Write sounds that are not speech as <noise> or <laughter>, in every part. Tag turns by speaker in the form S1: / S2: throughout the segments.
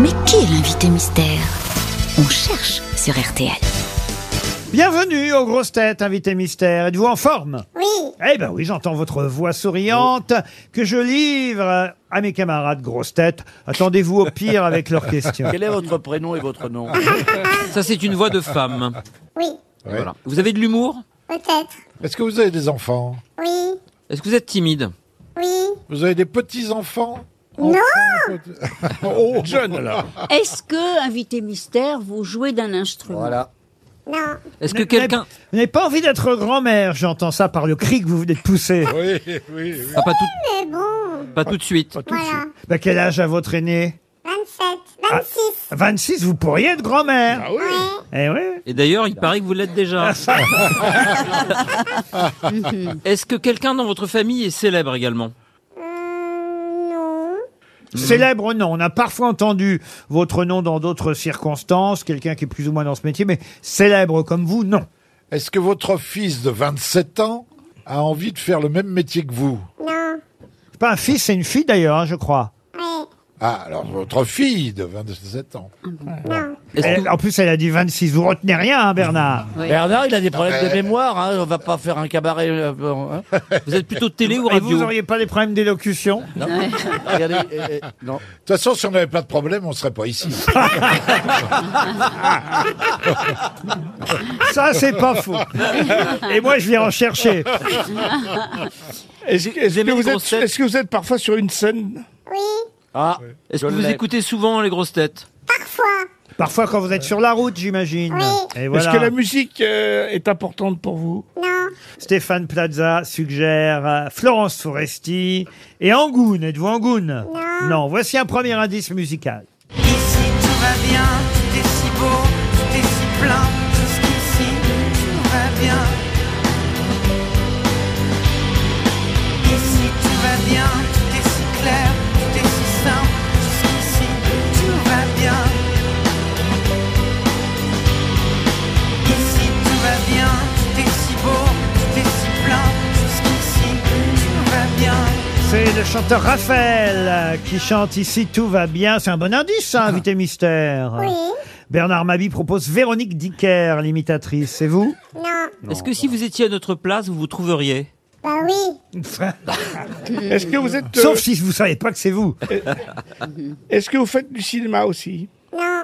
S1: Mais qui est l'invité mystère On cherche sur RTL.
S2: Bienvenue aux grosses têtes, invité mystère. Êtes-vous en forme
S3: Oui,
S2: Eh ben oui, j'entends votre voix souriante que je livre à mes camarades grosses têtes. Attendez-vous au pire avec leurs questions.
S4: Quel est votre prénom et votre nom
S5: <laughs> Ça, c'est une voix de femme.
S3: oui,
S5: Et voilà. Vous avez de l'humour
S3: peut-être.
S6: Est-ce que vous avez des enfants
S3: Oui,
S5: Est-ce que vous êtes timide
S3: oui.
S6: Vous avez des petits-enfants
S3: Non
S6: Oh, jeune alors
S7: Est-ce que, invité mystère, vous jouez d'un instrument
S3: Non,
S5: Est-ce que quelqu'un...
S2: Vous n'avez pas envie d'être grand-mère, j'entends ça par le cri que vous venez de pousser.
S6: Oui, oui, oui.
S5: Ah, pas, tout,
S3: mais bon,
S5: pas tout de suite.
S3: voilà.
S2: Ben, quel âge a votre aîné
S3: 27,
S2: Ah.
S3: 26.
S2: 26, vous pourriez être grand-mère.
S6: Ah oui
S2: Eh oui. <laughs>
S5: Et d'ailleurs, il paraît que vous
S4: <laughs>
S5: l'êtes déjà. Est-ce que quelqu'un dans votre famille est célèbre également
S3: Hum, non.
S2: Célèbre nom. On a parfois entendu votre nom dans d'autres circonstances, quelqu'un qui est plus ou moins dans ce métier, mais célèbre comme vous, non.
S6: Est-ce que votre fils de 27 ans a envie de faire le même métier que vous
S3: Non,
S2: C'est pas un fils, c'est une fille d'ailleurs, hein, je crois.
S3: oui,
S6: Ah, alors votre fille de 27 ans.
S3: non.
S5: Est-ce
S2: Elle-
S5: que-
S2: en plus, elle a dit 26. Vous retenez rien, hein, Bernard
S4: Bernard, il a des problèmes de
S6: mais-
S4: mémoire. Hein. On va pas faire un cabaret. euh, bon, hein.
S5: Vous êtes plutôt télé ou
S2: Et vous
S5: radio
S2: n'auriez pas des problèmes d'élocution
S4: Regardez, eh, eh, non.
S6: De toute façon, si on n'avait pas de problème, on serait pas ici.
S2: Ça, c'est pas faux. Et moi, je viens en chercher.
S8: Est-ce est-ce
S5: aimez
S8: que,
S5: le
S8: vous êtes,
S5: concept
S8: est-ce que vous êtes parfois sur une scène
S3: Oui,
S4: Ah,
S5: Est-ce
S4: je
S5: que vous
S4: l'ai.
S5: écoutez souvent les grosses têtes
S3: parfois.
S2: Parfois, quand vous êtes sur la route, j'imagine.
S3: Oui.
S2: Et voilà.
S8: Est-ce que la musique euh, est importante pour vous
S3: Non,
S2: Stéphane Plaza suggère euh, Florence Foresti et Angoune. Êtes-vous Angoune
S3: Non.
S2: Voici un premier indice musical.
S9: Ici tout va bien, tout est si beau, tout est si plein, jusqu'ici tout va bien. Ici tout va bien, tout est si clair, tout est si simple, jusqu'ici tout va bien. Ici tout va bien, tout est si beau, tout est si plein, jusqu'ici tout va bien.
S2: C'est le chanteur Raphaël euh, qui chante Ici tout va bien. C'est un bon indice, ça, invité mystère.
S3: oui,
S2: Bernard Mabi propose Véronique Dicker, l'imitatrice. C'est vous
S3: non.
S5: Est-ce que si vous étiez à notre place, vous vous trouveriez
S3: Bah oui,
S8: Est-ce que vous êtes, euh,
S2: Sauf si vous ne savez pas que c'est vous.
S8: est-ce que vous faites du cinéma aussi,
S3: non,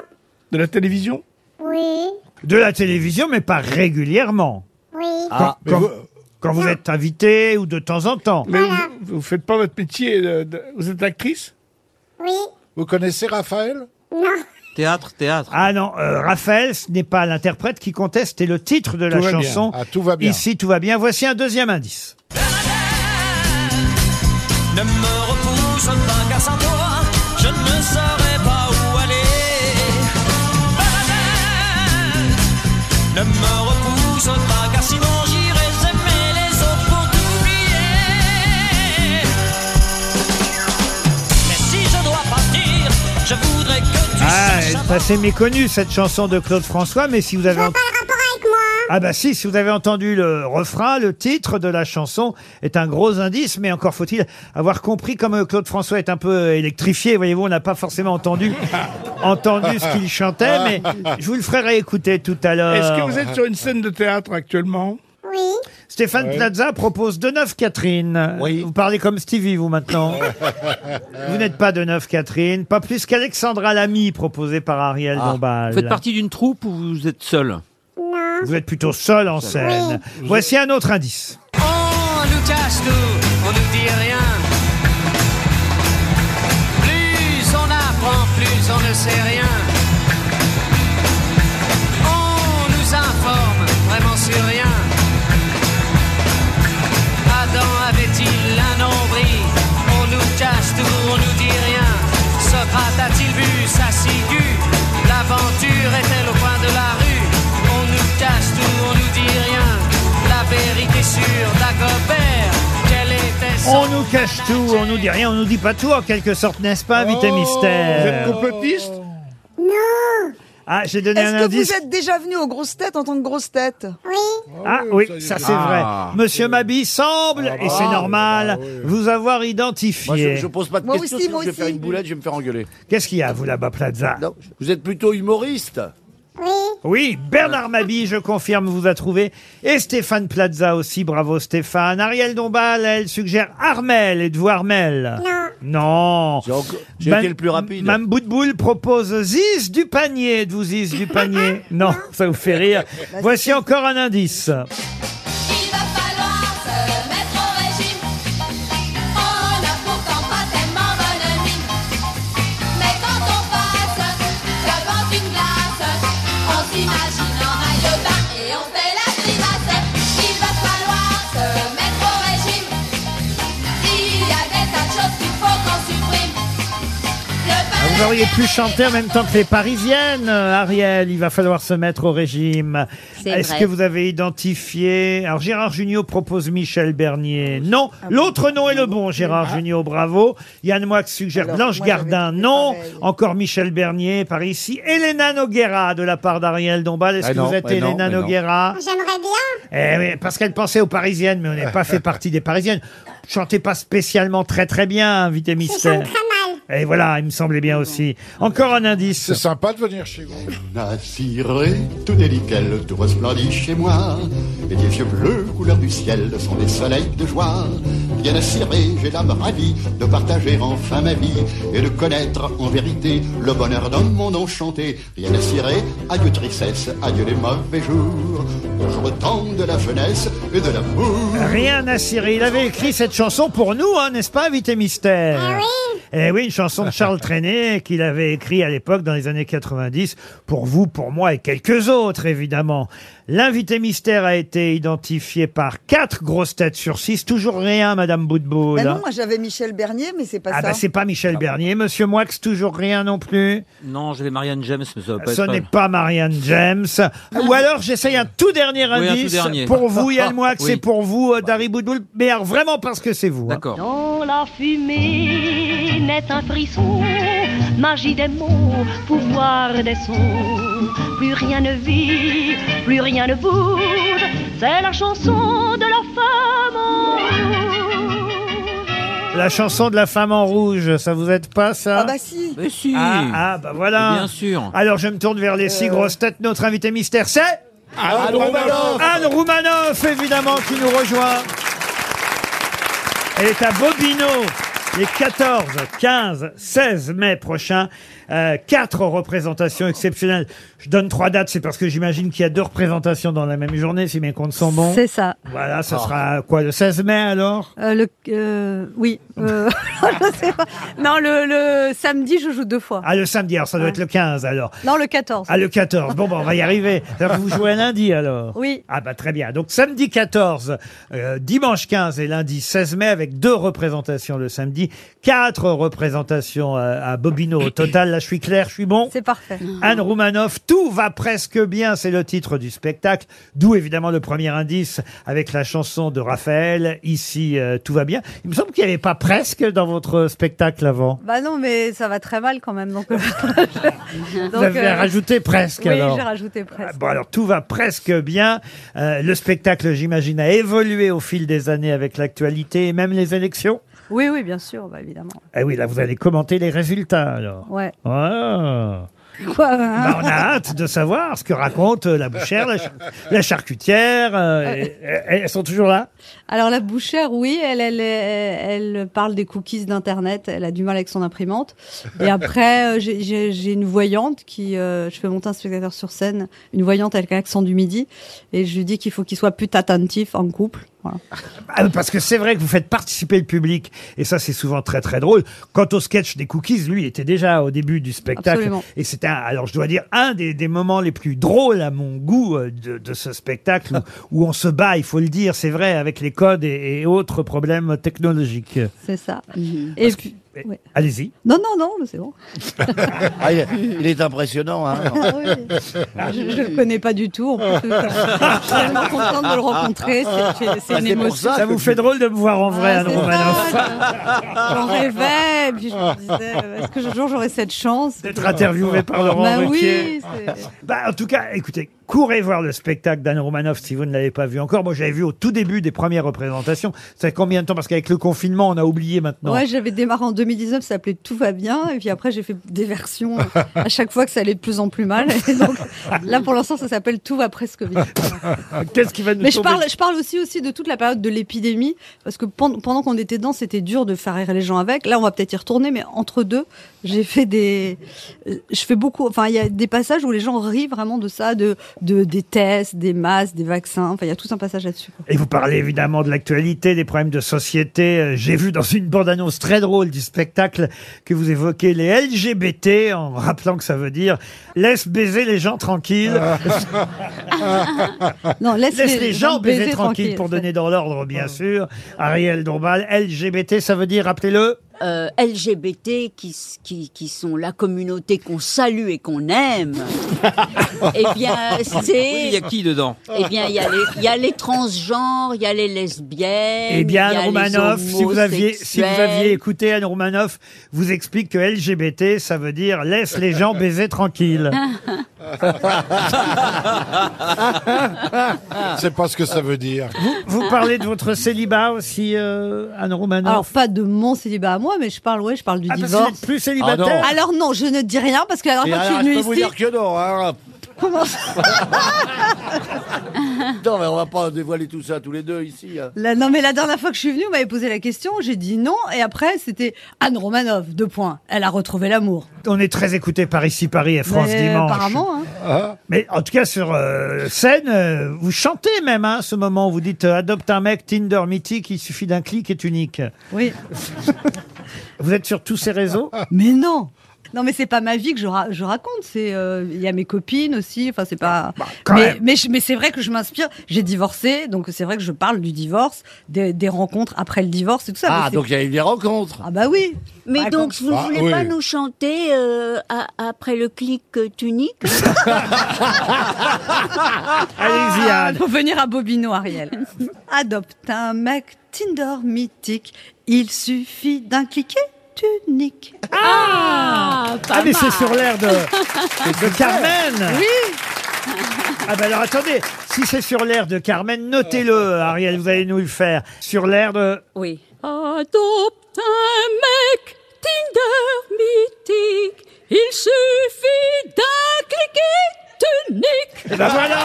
S8: de la télévision
S3: oui,
S2: De la télévision, mais pas régulièrement.
S3: oui.
S4: Ah,
S6: Mais vous-
S2: Quand vous êtes invité ou de temps en temps.
S8: Mais vous, vous faites pas votre métier. euh, de- vous êtes actrice
S3: Oui,
S6: vous connaissez Raphaël
S3: non,
S5: Théâtre, théâtre.
S2: Ah non, euh, Raphaël, ce n'est pas l'interprète qui conteste, c'était le titre de la
S8: Tout va bien.
S2: chanson.
S6: Ah, tout va bien.
S2: Ici, tout va bien. Voici un deuxième indice.
S9: Ne me repousse pas car sans toi, je ne saurais pas où aller. Baladel, ne me repousse pas car sinon j'irai aimer les autres pour t'oublier. Mais si je dois partir, je voudrais que tu
S2: Ah,
S9: saches.
S2: ça c'est méconnu cette chanson de Claude François, mais si vous avez
S3: pas
S2: ent-
S3: le rapport avec moi.
S2: ah bah si, si vous avez entendu le refrain, le titre de la chanson est un gros indice, mais encore faut-il avoir compris comme euh, Claude François est un peu électrifié, voyez-vous, on n'a pas forcément
S3: <laughs>
S2: entendu entendu ce qu'il chantait, mais je vous le ferai réécouter tout à l'heure.
S8: Est-ce que vous êtes sur une scène de théâtre actuellement
S3: Oui,
S2: Stéphane Plaza propose de neuf Catherine.
S4: Oui.
S2: Vous parlez comme Stevie, vous, maintenant. vous n'êtes pas de neuf Catherine, pas plus qu'Alexandra Lamy, proposée par Ariel
S4: Ah.
S2: Dombal.
S5: Vous faites partie d'une troupe ou vous êtes seul
S3: non,
S2: Vous êtes plutôt seul en scène. Voici un autre indice.
S9: On nous cache tout, on Oh, nous dit rien. Plus on apprend, plus on ne sait rien. On nous informe vraiment sur rien. Adam avait-il un nombril On nous cache tout, on nous dit rien. Socrate a-t-il vu sa ciguë L'aventure est-elle au coin de la rue On nous cache tout, on nous dit rien. La vérité sûre d'Agobert, quelle était son
S2: On nous cache tout, on nous dit rien, on nous dit pas tout, en quelque sorte, n'est-ce pas, invité
S6: Oh,
S8: Vous êtes
S2: mystère
S8: complotiste
S3: non,
S2: Ah, j'ai donné un
S9: Est-ce que
S2: indice.
S9: vous êtes déjà venu aux grosses têtes en tant que grosse tête
S3: oui,
S2: Ah oui, ça c'est
S4: Ah.
S2: vrai. Monsieur Mabi semble, et c'est normal, vous avoir
S4: Moi,
S2: identifié.
S4: je, je pose pas de
S9: Moi
S4: questions,
S9: aussi,
S4: sinon
S9: moi
S4: je vais faire
S9: aussi.
S4: une boulette, je vais me faire engueuler.
S2: Qu'est-ce qu'il y a, vous là-bas, Plaza
S4: Non, vous êtes plutôt humoriste.
S3: oui.
S2: Oui, Bernard Mabi, je confirme, vous a trouvé. Et Stéphane Plaza aussi, bravo Stéphane. Ariel Dombal, elle suggère Armel, et de vous Armel
S3: Non.
S2: Non.
S4: J'ai enco- j'ai
S2: Man-
S4: été le plus rapide.
S2: Ben Mme Boutboul propose Ziz du panier. Êtes-vous Ziz du
S9: <laughs>
S2: panier Non, ça vous fait rire. Voici encore un indice.
S3: Il va falloir se mettre au régime. On n'a pourtant pas tellement bonne mine. Mais quand on passe devant une glace, on s'imagine en maillot de bain et on fait la grimace. Il va falloir se mettre au régime. Il y a des tas de choses qu'il faut qu'on supprime. Le
S2: Ah, Vous
S3: palais
S2: auriez
S3: des
S2: pu
S3: rêves
S2: chanter en même temps que les Parisiennes, euh, Ariel. Il va falloir se mettre au régime.
S1: C'est
S2: Est-ce
S1: vrai.
S2: que vous avez identifié Alors Gérard Junior propose Michel Bernier. Non.
S9: Ah
S2: L'autre nom est le bon. Gérard Junior, bravo. Yann Moix suggère
S9: Alors,
S2: Blanche
S9: moi, j'avais
S2: Gardin.
S9: trouvé
S2: Non.
S9: pareil.
S2: Encore Michel Bernier par ici. Elena Noguera de la part d'Ariel Dombal. Est-ce
S4: Ah
S2: que
S4: non,
S2: vous êtes
S4: ah non,
S2: Elena
S4: ah non.
S2: Noguera
S3: J'aimerais bien.
S2: eh oui, parce qu'elle pensait aux Parisiennes, mais on n'est pas fait partie des Parisiennes. Chantez pas spécialement très très bien, invité
S3: Je chante
S2: mystère.
S3: très mal.
S2: Et voilà, il me semblait bien aussi. Encore un indice.
S6: C'est sympa de venir chez vous.
S10: La cirée, tout délicat, tout resplendit chez moi. Et des yeux bleus, couleur du ciel, sont des soleils de joie. Bien assuré, j'ai l'âme ravie de partager enfin ma vie et de connaître en vérité le bonheur d'un monde enchanté. Bien assuré, adieu tristesse, adieu les mauvais jours. Bonjour au temps de la jeunesse et de l'amour.
S2: Rien à cirer. Il avait écrit cette chanson pour nous, hein, n'est-ce pas, Invité Mystère
S3: Ah oui.
S2: Eh oui, une chanson de Charles Trenet qu'il avait écrit à l'époque, dans les années 90, pour vous, pour moi et quelques autres, évidemment. L'invité mystère a été identifié par quatre grosses têtes sur six. Toujours rien, Madame Boutboul.
S9: Ben
S2: hein.
S9: non, moi j'avais Michel Bernier, mais c'est pas
S2: Ah
S9: ça.
S2: bah c'est pas Michel Bernier, Monsieur Moix toujours rien non plus.
S5: Non, j'avais Marianne James, mais
S4: Ah,
S5: ça va pas
S2: Ce
S5: être
S2: n'est
S5: pas-
S2: pas Marianne James.
S9: Ah.
S2: Ou alors j'essaye un tout dernier
S5: un tout
S2: indice
S5: dernier.
S2: pour vous Yann Moix
S5: <laughs> Oui.
S2: et pour vous euh, Dari Boudboul, mais alors, vraiment parce que c'est vous. hein.
S5: D'accord.
S11: Dans la fumée naît un frisson, magie des mots, pouvoir des sons. Plus rien ne vit, plus rien ne bouge, c'est la chanson de la femme en rouge.
S2: La chanson de la femme en rouge, ça vous aide pas ça
S9: Ah bah si.
S5: Mais si
S2: ah, ah, bah voilà.
S5: Bien sûr.
S2: Alors je me tourne vers les
S9: Euh.
S2: six grosses têtes. Notre invité mystère, c'est
S8: Ah, non, non, non.
S2: Anne Roumanoff, évidemment, qui nous rejoint. Elle est à Bobino les 14, 15, 16 mai prochains. Euh, quatre représentations exceptionnelles. Je donne trois dates, c'est parce que j'imagine qu'il y a deux représentations dans la même journée, si mes comptes sont bons.
S11: C'est ça.
S2: Voilà, ça sera quoi, le 16 mai alors
S11: Euh, le, euh, oui. euh, <laughs> je sais pas. Non, le, le samedi, je joue deux fois.
S2: Ah, le samedi, alors ça doit être le 15 alors.
S11: Non, le 14.
S2: Ah, le 14. Bon, bon, on va y arriver. Alors, vous jouez lundi, alors
S11: Oui.
S2: Ah, bah, très bien. Donc, samedi 14, euh, dimanche 15 et lundi 16 mai, avec deux représentations le samedi, quatre représentations euh, à Bobino au total. Là, je suis clair, je suis bon
S11: C'est parfait.
S2: Anne Roumanoff, tout va presque bien, c'est le titre du spectacle, d'où évidemment le premier indice avec la chanson de Raphaël, ici euh, tout va bien. Il me semble qu'il n'y avait pas presque dans votre spectacle avant.
S11: Bah non, mais ça va très mal quand même. Donc, <laughs> donc
S2: Vous avez
S11: euh,
S2: rajouté presque
S11: oui,
S2: alors.
S11: j'ai rajouté presque.
S2: Ah, Bon, alors tout va presque bien. Euh, le spectacle, j'imagine, a évolué au fil des années avec l'actualité et même les élections.
S11: Oui, oui, bien sûr, bah, évidemment.
S2: Eh oui, là, vous allez commenter les résultats, alors.
S11: Ouais.
S2: Ah.
S11: Quoi hein
S2: Bah, on a hâte de savoir ce que raconte euh, la bouchère, la, char- la charcutière. euh, et- et- elles sont toujours là
S11: Alors la bouchère, oui, elle, elle, elle, elle parle des cookies d'internet. Elle a du mal avec son imprimante. Et après, euh, j'ai- j'ai j'ai une voyante qui, euh, je fais monter un spectateur sur scène, une voyante avec l'accent du midi, et je lui dis qu'il faut qu'il soit plus attentif en couple. Voilà.
S2: Ah, Parce que c'est vrai que vous faites participer le public, et ça c'est souvent très très drôle. Quant au sketch des cookies, lui était déjà au début du spectacle,
S11: Absolument.
S2: et c'était un- alors je dois dire un des, des moments les plus drôles à mon goût euh, de, de ce spectacle où, où on se bat, il faut le dire, c'est vrai, avec les codes et, et autres problèmes technologiques.
S11: C'est ça. Et puis,
S9: Ouais.
S2: Allez-y.
S9: Non, non, non, mais c'est bon.
S4: Ah, il, est- il est impressionnant. Hein
S9: Ah oui. Je ne le connais pas du tout. en plus. Je suis tellement contente de le rencontrer. c'est- C'est c'est
S2: Ah,
S9: une
S2: c'est pour
S9: émotion.
S2: Ça, vous fait drôle de me voir en vrai, Anne hein. Romanoff.
S9: J'en rêvais. Et puis je me disais, euh, est-ce que un jour j'aurai cette chance
S2: D'être Ah. interviewé par Laurent
S9: bah,
S2: Ruquier.
S9: Oui, c'est-
S2: Bah, en tout cas, écoutez, courez voir le spectacle d'Anne Romanoff si vous ne l'avez pas vu encore. Moi, j'avais vu au tout début des premières représentations. Ça fait combien de temps Parce qu'avec le confinement, on a oublié maintenant.
S9: Ouais, j'avais démarré en 2019, ça s'appelait Tout va bien, et puis après j'ai fait des versions euh, à chaque fois que ça allait de plus en plus mal. Et donc là pour l'instant ça s'appelle Tout va presque bien.
S2: Qu'est-ce qui va nous
S9: Mais je
S2: tomber
S9: parle, je parle aussi, aussi de toute la période de l'épidémie, parce que pendant, pendant qu'on était dedans, c'était dur de faire rire les gens avec. Là, on va peut-être y retourner, mais entre deux, j'ai fait des. euh, Je fais beaucoup. Enfin, il y a des passages où les gens rient vraiment de ça, de, de des tests, des masses, des vaccins. Enfin, il y a tout un passage là-dessus. quoi.
S2: Et vous parlez évidemment de l'actualité, des problèmes de société. Euh, J'ai vu dans une bande-annonce très drôle du spectacle que vous évoquez les LGBT en rappelant que ça veut dire laisse baiser les gens tranquilles.
S9: Non, laisse les-
S2: les,
S9: les
S2: gens
S9: gens
S2: baiser,
S9: baiser
S2: tranquilles
S9: tranquilles,
S2: pour
S9: c'est-
S2: donner dans l'ordre, bien sûr. Ariel Dombal, LGBT, ça veut dire, rappelez-le,
S1: Euh, LGBT qui, s- qui, qui sont la communauté qu'on salue et qu'on aime, eh bien,
S5: Oui,
S1: c'est...
S5: il y a qui dedans
S1: Eh bien, il y, a les- il y a les transgenres, il y a les lesbiennes.
S2: Eh bien,
S1: il y
S2: Anne
S1: a les
S2: Romanoff, si vous aviez, si vous
S1: homosexuels.
S2: aviez écouté Anne Romanoff, vous explique que LGBT, ça veut dire laisse les gens baiser tranquilles.
S6: C'est pas ce que ça veut dire.
S2: vous parlez de votre célibat aussi, euh, Anne Romanoff.
S9: Ah. Alors, pas de mon célibat à moi, mais je parle, ouais, je parle du
S2: Ah, parce que
S9: divorce.
S2: vous êtes plus célibataire. Ah, non.
S9: Alors, non, je ne dis rien, parce que la
S4: Et
S9: dernière fois
S4: alors,
S9: que je
S4: je
S9: suis
S4: peux vous
S9: venue
S4: dire
S9: ici.
S4: que non. Hein. non, mais on va pas dévoiler tout ça tous les deux ici. hein.
S9: La- non, mais la dernière fois que je suis venue, on m'avait posé la question, j'ai dit non, et après, c'était Anne Romanoff, deux points. Elle a retrouvé l'amour.
S2: On est très écouté par ici Paris et France
S9: Mais
S2: dimanche.
S9: Apparemment, hein.
S2: Mais en tout cas sur euh, scène, euh, vous chantez même hein, ce moment. où Vous dites euh, adopte un mec Tinder mythique. Il suffit d'un clic est unique.
S9: Oui.
S2: Vous êtes sur tous ces réseaux.
S9: Mais non non mais c'est pas ma vie que je, ra- je raconte, c'est euh, il y a mes copines aussi, enfin c'est pas
S2: quand
S9: mais
S2: même.
S9: mais, je- mais c'est vrai que je m'inspire, j'ai divorcé donc c'est vrai que je parle du divorce, des, des rencontres après le divorce et tout ça.
S4: Ah,
S9: mais c'est-
S4: donc il y a eu des rencontres.
S9: ah bah oui.
S1: Mais
S9: Ah,
S1: donc,
S9: quand-
S1: vous ne
S4: Ah,
S1: voulez
S4: oui.
S1: pas nous chanter euh, à- après le clic euh, tunique
S2: Allez-y
S9: Ah,
S2: Anne.
S9: faut venir à Bobino, Ariel. Adopte un mec Tinder mythique. Il suffit d'un cliquet tunique.
S2: Ah mais c'est sur l'air de,
S9: <laughs>
S2: de Carmen.
S9: Oui.
S2: Ah bah alors attendez. Si c'est sur l'air de Carmen, notez-le Ariel. Vous allez nous le faire. Sur l'air de.
S1: Oui.
S12: Adopte un mec Tinder mythique. Il suffit d'un clic et tunique.
S2: Et ben voilà.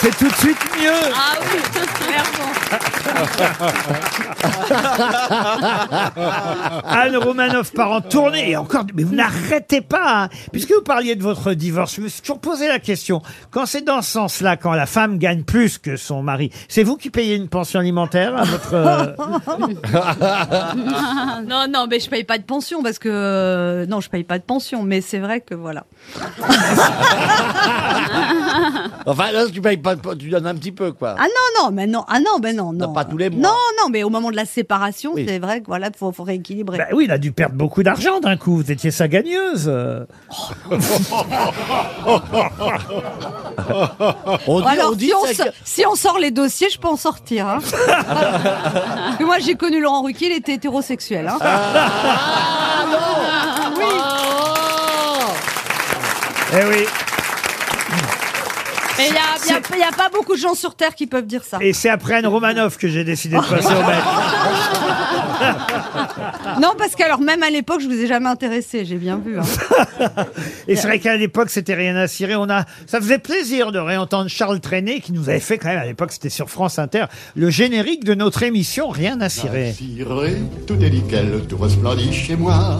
S2: C'est tout de suite mieux.
S12: Ah oui, clairement.
S2: Anne Romanoff part en tournée et encore, mais vous n'arrêtez pas, hein. puisque vous parliez de votre divorce. Je me suis toujours posé la question. Quand c'est dans ce sens-là, quand la femme gagne plus que son mari, c'est vous qui payez une pension alimentaire à votre. euh,
S9: Non, non, mais je paye pas de pension parce que euh, non, je paye pas de pension, mais c'est vrai que voilà.
S4: Enfin, là, tu payes pas, de- Ah, tu donnes un petit peu, quoi.
S9: Ah non, non, mais non, ah non, ben non, non.
S4: pas tous les mois.
S9: Non, non, mais au moment de la séparation,
S4: Oui.
S9: c'est vrai que voilà, faut, faut rééquilibrer.
S2: Bah oui, il a dû perdre beaucoup d'argent d'un coup. Vous étiez sa gagneuse. euh.
S4: On dit,
S9: Alors,
S4: on dit
S9: si on,
S4: ça-
S9: so- si on sort les dossiers, je peux en sortir. Hein. Parce que moi, j'ai connu Laurent Ruquier, il était hétérosexuel. Hein.
S2: Eh oui.
S9: Mais Ah, il n'y a, pas beaucoup de gens sur Terre qui peuvent dire ça.
S2: Et c'est après Anne Romanoff que j'ai décidé de passer au maître.
S9: Non, parce qu'alors, même à l'époque, je vous ai jamais intéressé, j'ai bien vu. hein.
S2: Et c'est vrai qu'à l'époque, c'était rien à cirer. On a, ça faisait plaisir de réentendre Charles Trenet qui nous avait fait quand même, à l'époque, c'était sur France Inter, le générique de notre émission Rien à cirer.
S10: Ciré, tout est nickel, tout resplendit chez moi.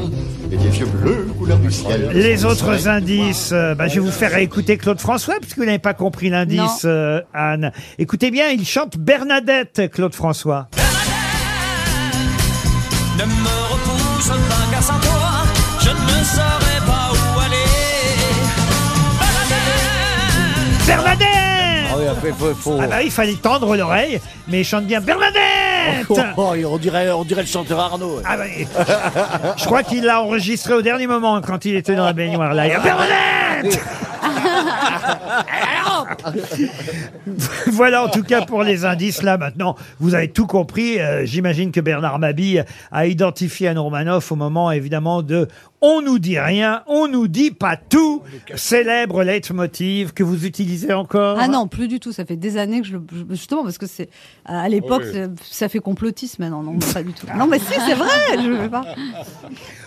S10: Et des yeux bleus, couleur du ciel.
S2: Les autres indices, euh, bah, je vais vous faire écouter Claude François, puisque vous n'avez pas compris l'indice, euh, Anne. Écoutez bien, il chante Bernadette, Claude François.
S13: Ne me repousse pas car sans toi, je ne saurais pas où aller.
S2: Bernadette
S4: Ah oui, après, faut- faut- Oh.
S2: Ah bah, il fallait tendre l'oreille, mais il chante bien Bernadette tête
S4: Oh, on, dirait, on dirait le chanteur Arnaud.
S2: Ah <laughs> Je crois qu'il l'a enregistré au dernier moment quand il était dans la
S4: <laughs>
S2: baignoire là. Il y a Bernadette
S9: <laughs>
S2: <laughs> voilà en tout cas pour les indices là maintenant. Vous avez tout compris. Euh, J'imagine que Bernard Mabille a identifié Anne Romanoff au moment évidemment de On nous dit rien, on nous dit pas tout. Célèbre leitmotiv que vous utilisez encore.
S9: Ah non, plus du tout. Ça fait des années que je le. je- Justement, parce que c'est. À l'époque,
S2: Oui.
S9: c'est- ça fait complotiste maintenant. Non, pas du tout. Non, mais si, c'est vrai. Je ne veux pas.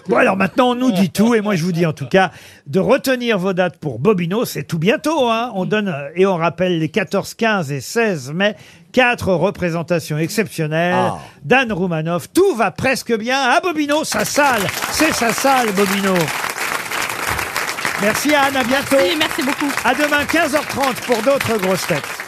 S2: Bon, alors maintenant, on nous dit tout, et moi, je vous dis en tout cas de retenir vos dates pour Bobino. C'est tout bientôt, hein. On donne euh, et on rappelle les 14, 15 et 16 mai. Quatre représentations exceptionnelles
S4: Ah.
S2: d'Anne Roumanoff. Tout va presque bien à Bobino, sa salle. C'est sa salle, Bobino. Merci Anne, à bientôt. Merci,
S12: merci beaucoup.
S2: À demain, 15h30 pour d'autres grosses têtes.